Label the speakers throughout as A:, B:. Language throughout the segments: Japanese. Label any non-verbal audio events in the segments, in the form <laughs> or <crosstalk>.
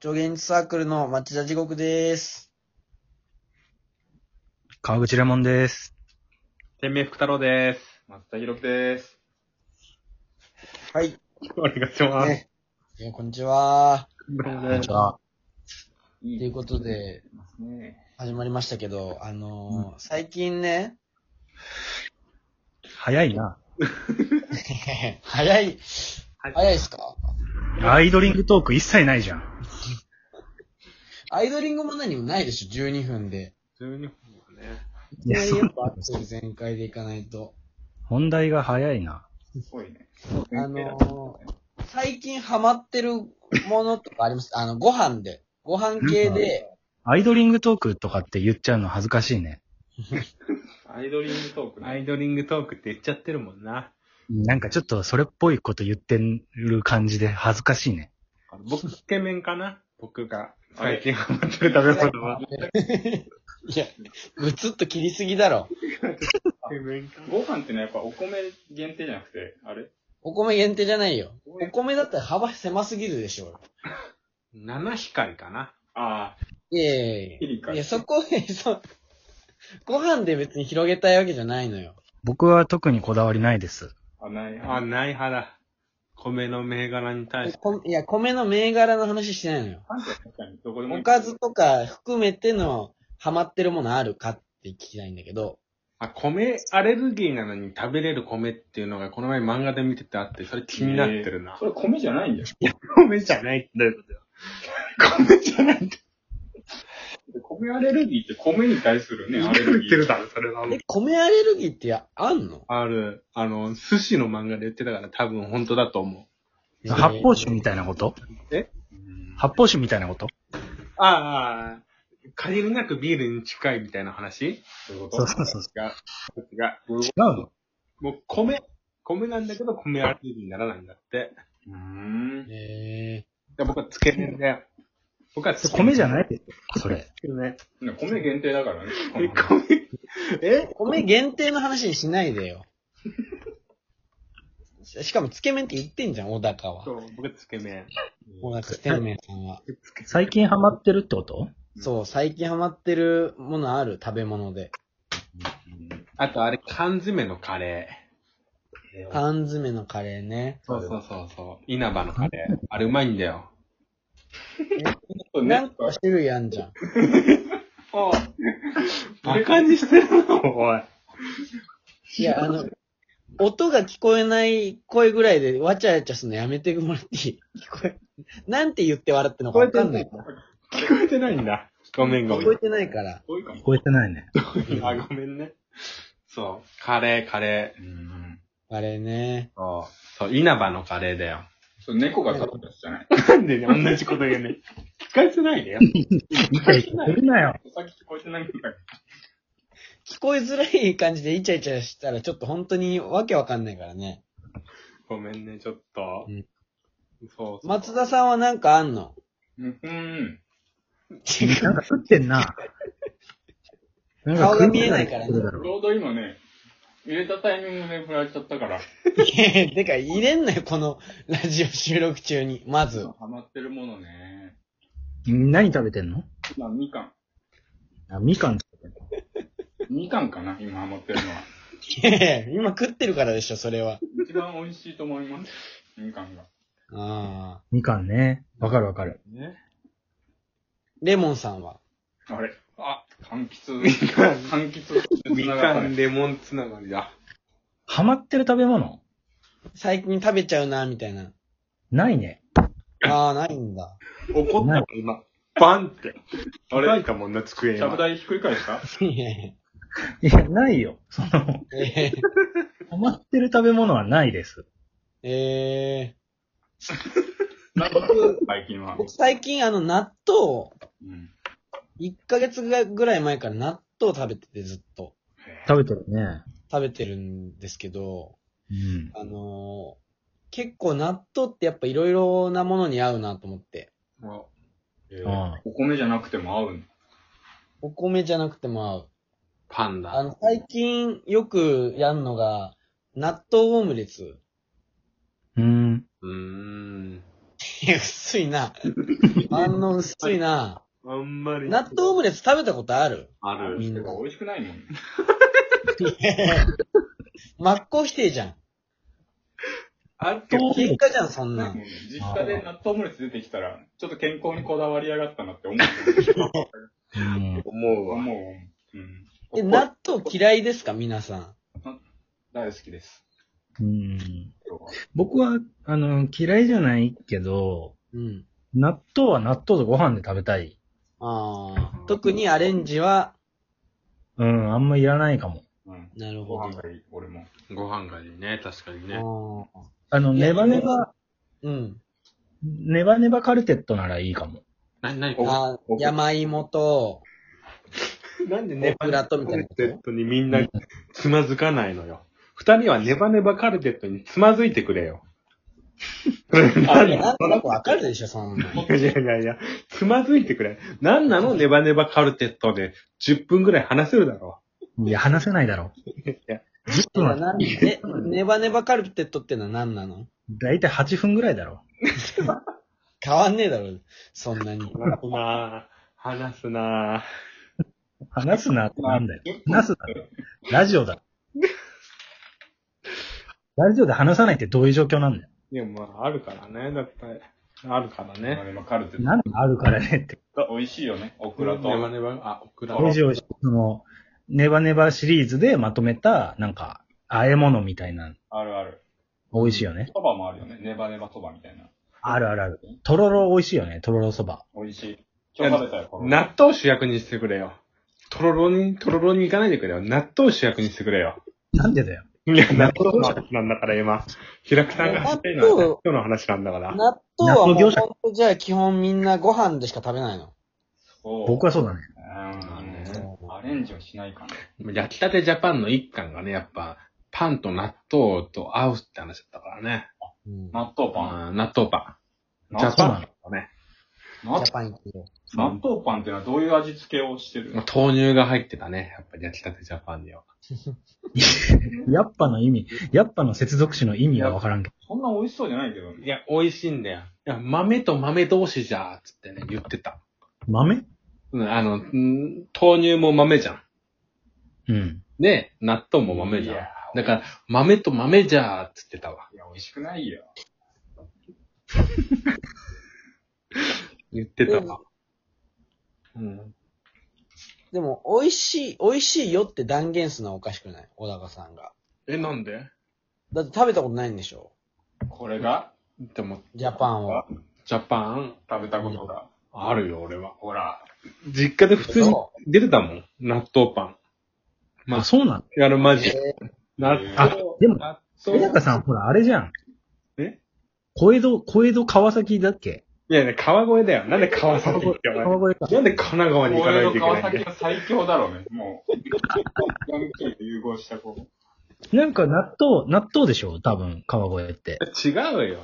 A: 超現実サークルの町田地獄です。
B: 川口レモンです。
C: 天命福太郎です。松田博樹です。
A: はい。
C: <laughs> お願いします。
A: ね、えーこんにちは。
C: どうもです
B: はい
A: ということで、
C: ますね。
A: 始まりましたけど、あのー最近ね、 <laughs>
B: 早いな。
A: 早い、早いですか
B: アイドリングトーク一切ないじゃん。
A: アイドリングも何もないでしょ ?12 分で。
C: 12分だね。
B: いやそう
A: やっぱアクセル全開でいかないと。
B: 本題が早いな。
C: すごいね。
A: あのー最近ハマってるものとかありますあの、ご飯で。ご飯系で、
B: アイドリングトークとかって言っちゃうの恥ずかしいね。
C: アイドリングトークね。
D: アイドリングトークって言っちゃってるもんな。
B: なんかちょっとそれっぽいこと言ってる感じで恥ずかしいね。
D: 僕、つけ麺かな僕が最近ハマってる食べ物は。つ
A: いや、ぐつっと切りすぎだろ。
D: け麺かな
C: ご飯ってのはやっぱお米限定じゃなくて、あれ
A: お米限定じゃないよ。お米だったら幅狭すぎるでしょ。
D: 七光かな
C: あ
A: いやいやいや
C: ピリカ
A: いや、そこ <laughs> で、そう、ご飯で別に広げたいわけじゃないのよ。
B: 僕は特にこだわりないです。
C: あ、あ、ない。
D: あ、ない派だ。米の銘柄に対して。
A: こいや、米の銘柄の話してないのよ。
C: パンチは確かにどこでもいい。
A: おかずとか含めてのハマってるものあるかって聞きたいんだけど、
D: あ、米アレルギーなのに食べれる米っていうのがこの前漫画で見ててあって、それ気になってるな
C: そ。れ米じゃないんだよ。
D: 米じゃないってどういうことよ。 <laughs> 米じゃないって
C: 米アレルギーって米に対するね、
D: 言
C: ア
D: って
C: レル
D: る
C: ギー。
D: だろ、それはもう
A: え、。米アレルギーってやあんの
D: ある、あの、寿司の漫画で言ってたから多分本当だと思
B: 発泡酒みたいなこと
C: うん
B: 発泡酒みたいなこと
D: う。ああ、限りなくビールに近いみたいな話
C: そういうこ
B: そ
C: と
B: うそうそう。
D: が、が、
B: 違うの
D: もう米、米なんだけど米アレルギーにならないんだって。
C: うーん。
A: え
D: で僕はつけ麺だよ。僕はつけ
B: 米じゃ
D: い
B: ないでそれ。
D: ね。
C: 米限定だからね。
D: え、米、え
A: ー、米限定の話にしないでよ。 <laughs> ししかも、つけ麺って言ってんじゃん、小高は
D: そ。う、僕はつけ麺。
A: 小高つけ麺さんは。
B: 最近ハマってるってこと
A: そう、最近ハマってるものある、食べ物で。
D: あとあれ、缶詰のカレ
A: 缶詰のカレーね。
D: ー。そうそうそうそう。稲葉のカレー。あれうまいんだよ。
C: そうね
A: 何か種類あんじゃん。
D: おバカにしてるのおい。
A: いや、あの、音が聞こえない声ぐらいでわちゃわちゃするのやめてもらっていい聞こえ、なんて言って笑ってんのかわかんないから。
D: 聞こえてないんだ。ごめんごめ
A: 聞こえ
D: ん。
A: てないから。
C: 多いかも。
B: 超えてないね。
D: あ、ごめんね。そう。カレー、カレー。
C: うん。
A: あれね。
D: そう。そう、稲葉のカレーだよ。
C: そう、猫が食べたやつじゃない。
D: なんでね、同じこと言うね。聞かせないでよ。
B: 理解するなよ。
C: さっき聞こえてないんだけど。
A: 聞こえづらい感じでイチャイチャしたらちょっと本当にわけわかんないからね。
D: ごめんね、ちょっと。
A: うん
D: そうそう。
A: 松田さんはなんかあんの <laughs>
C: うんうん。
A: 違う。
B: なんか食ってんな。なん
A: 顔が
B: 食
A: 見え
B: て
A: ないからね
B: 食ってるだろ
C: ちょうど今ね、入れたタイミングで振られちゃったから、
A: てか入れんなよ、このラジオ収録中に。まず。 <laughs>
C: ハマってるものね。
B: 何食べてんの
C: 今、みかん。
B: あ、みかん。
C: みかんかな今ハマってるのは。
A: いやいや今食ってるからでしょ、それは。
C: 一番美味しいと思います。みかんが。
A: ああ。
B: みかんね。わかるわかる。
D: ね。
A: レモンさんは
C: あれあ、柑橘。
D: かん
C: 柑橘。
D: みかんレモンつながりだ。
B: ハマってる食べ物
A: 最近食べちゃうな、みたいな。
B: ないね。
A: ああ、ないんだ。 <laughs>
D: 怒ったもん、今。バンって。あれいたもんな、机
C: ちゃぶ
D: 今。
C: 台ひっくり返した
A: いやい
B: いや、ないよ。 <laughs> その、
A: やえ
B: ハマってる食べ物はないです。
A: ー、え
C: 最近は
A: ー。僕最近あの納豆、
C: うん。
A: 1ヶ月ぐらい前から納豆食べててずっと
B: 食べてるね。
A: 食べてるんですけど、
B: うん。
A: あのー結構納豆ってやっぱいろいろなものに合うなと思って。
D: も
C: えー
B: ああ
C: お米じゃなくても合うんだ。
A: お米じゃなくても合う。
D: うパン
A: あ
D: ダ。
A: の、最近よくやんのが、納豆オムレツ。
B: うん。
D: うーん。
A: いや、 <laughs> 薄いな。反応薄いな。
D: あんまり。
A: 納豆オムレツ食べたことある
D: ある。
A: みん
C: て
A: な
C: か。美味しくないもん。
A: 真っ向否定じゃん。
D: あと、
A: 結果じゃん、そんな
C: なんか
A: ん。
C: ね実家で納豆オムレツ出てきたら、ちょっと健康にこだわりやがったなって思
D: <laughs>
C: う。
B: うん。
D: 思うわ。
C: 思う。うん。
A: え、納豆嫌いですか、皆さん。
C: 大好きです。
B: うん
C: 今日は
B: 僕は、あの、嫌いじゃないけど、
A: うん。
B: 納豆は納豆とご飯で食べたい。
A: ああ。特にアレンジは、
B: うん、あんまいらないかも。
D: <laughs>
C: うん。
A: なる
C: ご
A: ほど。あ
C: 飯がいい、俺も。
D: ご飯がいいね、確かにね。
A: ー
B: あの、
A: いや
B: ネバネバ、
A: うん。
B: ネバネバカルテットならいいかも。
D: な、なに
C: お
A: あー山芋と、
D: なんで
A: ネバネバカルテッ
D: ト <laughs> にみんなつまずかないのよ。二人はネバネバカルテットにつまずいてくれ <laughs> よ。
A: あれ、なんとなくわかるでしょ、そんなん。
D: いやいやいや、つまずいてくれ。なんなのネバネバカルテットで10分ぐらい話せるだろ
B: いや、話せないだろ。10分は、
A: なんで、ネバネバカルテットってのは何なの
B: だいたい8分ぐらいだろ。
A: 変わんねえだろ、そんなに。
D: う。話すなぁ。話すなぁ。
B: 話すなってなんだよ。話すな。ラジオだ。ラジオで話さないってどういう状況なんだよ。
D: いや、まあ、あるからね。だって、あるから
C: あ
D: ね。
C: れもカルテッ
B: なんかあるからねって。
C: トが美味しいよね。オクラと。
D: ネバネバ、あ、オクラ
C: あら
B: 以上、その、ネバネバシリーズでまとめた、なんか、和え物みたいな、
C: あるある。
B: 美味しいよね。
C: そばもあるよね。ネバネバそばみたいな。
B: あるあるある。とろろ美味しいよね、とろろそば。
C: 美味しい。今日食べたよ、この。
D: 納豆主役にしてくれよ。とろろに、とろろに行かないでくれよ。納豆主役にしてくれよ。
B: なんでだよ。
D: いや、納豆の話なんだから今。平久さんが知ってるのは納豆の話なんだから。
A: 納豆はも
B: 納豆
A: う
B: 業者
A: ほんとじゃあ基本みんなご飯でしか食べないの。
C: そう
B: 僕はそうだね。
C: うんアレンジはしないかな。
D: 焼きたてジャパンの一貫がね、やっぱ、パンと納豆と合うって話だったからね。
A: うんジ
C: 納豆パン。
D: うん、納豆パン。ジ
C: 納
D: ャ
C: 豆
D: パ
B: パン
D: ンだね。
C: な
A: ャパン行くよ。
C: 納豆パンってのはどういう味付けをしてる
D: まあ豆乳が入ってたね。やっぱり焼きたてジャパンには。
B: やっぱの意味、やっぱの接続詞の意味はわからんけど。
C: そんな美味しそうじゃないけどね。
D: いや、美味しいんだよ。いや、豆と豆同士じゃ、つってね、言ってた。
B: 豆
D: うんあの、うん豆乳も豆じゃん。
B: うん。
D: ね、納豆も豆じゃん
C: いや。
D: だから、豆と豆じゃーっつってたわ。
C: いや、美味しくないよ。
D: 言ってたわ。うん。
A: でも、美味しい、美味しいよって断言するのはおかしくない小高さんが。
D: え、なんで
A: だって食べたことないんでしょ
C: これが
D: でも、
A: ジャパンを。
D: ジャパン、
C: 食べたことが。
D: あるよ、俺は。
C: ほら。
D: 実家で普通に
A: そ
D: 出てたもん。納豆パン。ま
B: あ、そうなの
D: いやるマジ。
A: えー
D: 納
B: あ
D: 豆。、
B: でも、
D: 納
B: 小
D: 豆。
B: 高さん、ほら、あれじゃん。
D: え
B: 小江戸、小江戸川崎だっけ
D: いやいや、川越だよ。なんで <laughs> 川崎って言わない
B: 川越か。
D: なんで神奈川に行かない
C: 俺
D: とい
C: の
D: けな
C: 川
D: い
C: 崎
D: んだよ
C: が最強だろうね。もう。 <laughs> ヤンキーと融合した子。
B: なんか納豆、納豆でしょ多分、川越って。
D: 違うよ。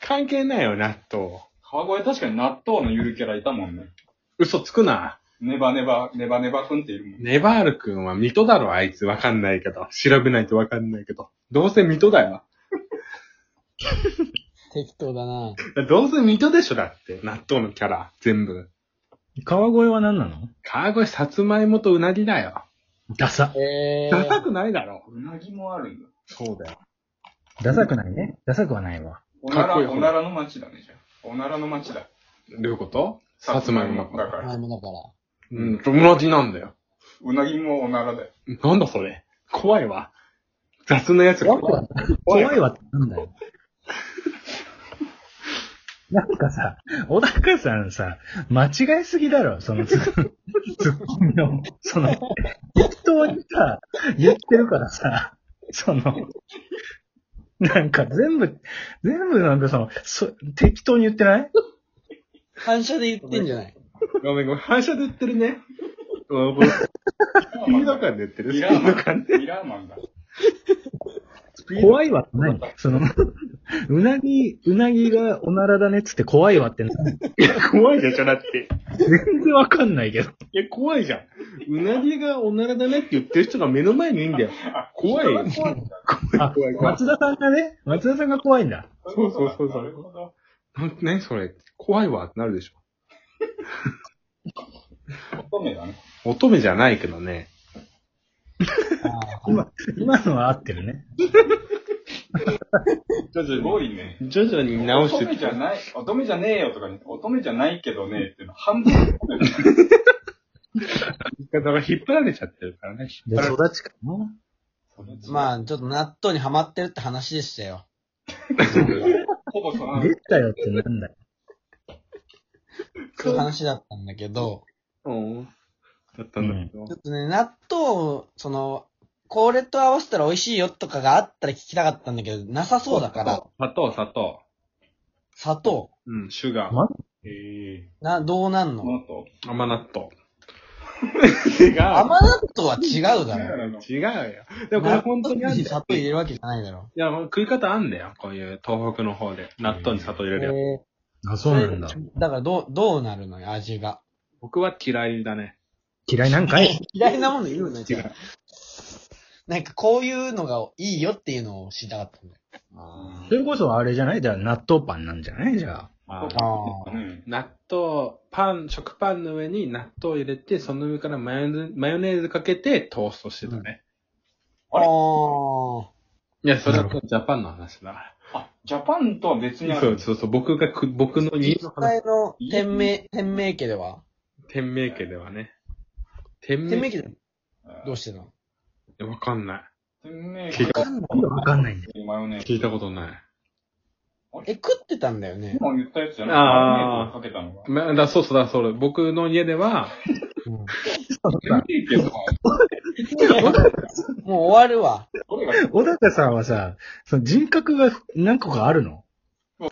D: 関係ないよ、納豆。
C: 川越確かに納豆のゆるキャラいたもんね。
D: 嘘つくな。
C: ネバネバ、ネバネバくんっているもんね。
D: ネバール君は水戸だろ、あいつ。わかんないけど。調べないとわかんないけど。どうせ水戸だよ。
A: 適当だな。
D: どうせ水戸でしょ、だって。納豆のキャラ、全部。
B: 川越は何なの
D: 川越さつまいもとうなぎだよ。
B: ダサ。
A: え
D: ダサ
A: ー、
D: くないだろ。
C: うなぎもあるんだ。
D: そうだよ。
B: ダサくないね。ダサくはないわ。
C: おな、
D: からっこいい
C: おならの町だね、じゃあ。おならの町だ。
D: どういうことさつまいもだか
C: だ
D: ら。
C: から。
A: 前もだから。
D: うん、友達なんだよ。
C: うなぎもおならだよ。
D: なんだそれ。怖いわ。雑なやつが
A: 怖く
D: 怖い。
A: はない
B: 怖いわってなんだよ。なんかさ、小高さんさ、間違いすぎだろ、そのツッツッコミの、その、適当にさ、言ってるからさ、その、なんか全部、全部なんかその、そ適当に言ってない
A: 反射で言ってんじゃない
D: ごめんごめん。反射で言ってる <laughs> ね。うんこれスピード感で言ってる。
C: ミ
D: スピ
C: ラー
D: ー
C: マン
D: ド感で。
C: ミラーマンだ。
B: 怖いわって何その、うなぎ、うなぎがおならだねっつって怖いわって何
D: いや、怖いでしょ、だって。
B: 全然わかんないけ <laughs> ど。
D: いや、怖いじゃん。うなぎがおならだねって言ってる人が目の前にいいんだよ。怖いよ。
C: 怖いんだ。
B: あ、
D: 怖い怖い。
B: 松田さんがね、松田さんが怖いんだ。
C: そ
D: そうそうそうそう
C: なるほど。
D: ね、それ、怖いわってなるでしょ。
C: 乙女だね。
D: 乙女じゃないけどね。
B: 今、今のは合ってるね。
D: 徐
C: す
D: 々
C: ごいね。
D: に、徐々に直して
C: 乙女じゃ
D: い。
C: ない、乙女じゃねえよとかに、乙女じゃないけどねえっていうの、半分乙女だね。
D: 言い方が引っ張られちゃってるからね。引っ張られ
B: 育ちかな。
C: あ、
A: まあ、ちょっと納豆にハマってるって話でしたよ。
C: ほぼその
B: 出たよってなんだよ。
A: そういう話だったんだけど、
D: うん。だったんだけど。
A: ちょっとね、納豆、その、これと合わせたら美味しいよとかがあったら聞きたかったんだけど、なさそうだから、。
D: 砂糖、砂糖。
A: 砂糖、
D: うん、シュガ
B: ま
D: ー。
C: ええ
A: な、どうなん
C: ー、
A: の
C: この後、
D: 甘納豆。 <laughs> 違う。
A: 甘納豆は違うだ
C: だか
A: ろ。
C: らの、
D: 違うよ。でもこれ本当にあ
A: 納豆に
D: んだ
A: 砂
D: よ。
A: 糖入れるわけじゃないだろ。
D: いや、食い方あんだよ。こういう東北の方で。納豆に砂糖入れるやつ。
A: え
B: あ、そうなんだ。
A: ーだからどう、どうなるのよ、味が。
D: 僕は嫌いだね。
B: 嫌いなんかい。
A: 嫌いなもの言うのよ、じゃあなんかこういうのがいいよっていうのを知りたかったんだよ。
B: それこそあれじゃないじゃあ納豆パンなんじゃないじゃあ。
D: あ
A: ああ。
C: うん。
D: 納豆、パン、食パンの上に納豆を入れて、その上からマヨネーズマヨネーズかけてトーストしてたね。
C: あれ
A: あ
D: いや、それはジャパンの話だか
C: あ、ジャパンとは別に
D: ら。
C: あ
D: そ
C: る
D: う。そうそう、僕がく、僕の家の
A: あ。
D: 話、
A: 実際の天命、天命家では
D: 天明家ではね。天
A: 天
D: 明
A: 命
D: 家
A: 家でどうしてたの
D: わかんな
C: 天命
D: 聞い
A: わかんない
B: わかんないんだよ。
C: マヨネー
D: い。
C: ズ。
D: 聞いたことない。
A: え、食ってたんだよね。
C: 今言ったやつじゃない
D: あー
C: マヨネーズをかけたのが。
D: まだ、そうそうだ、そうだ。僕の家では、
C: 天命家とか、
A: もう終わるわ。
C: どれが
B: 小高さんはさ、その人格が何個かあるの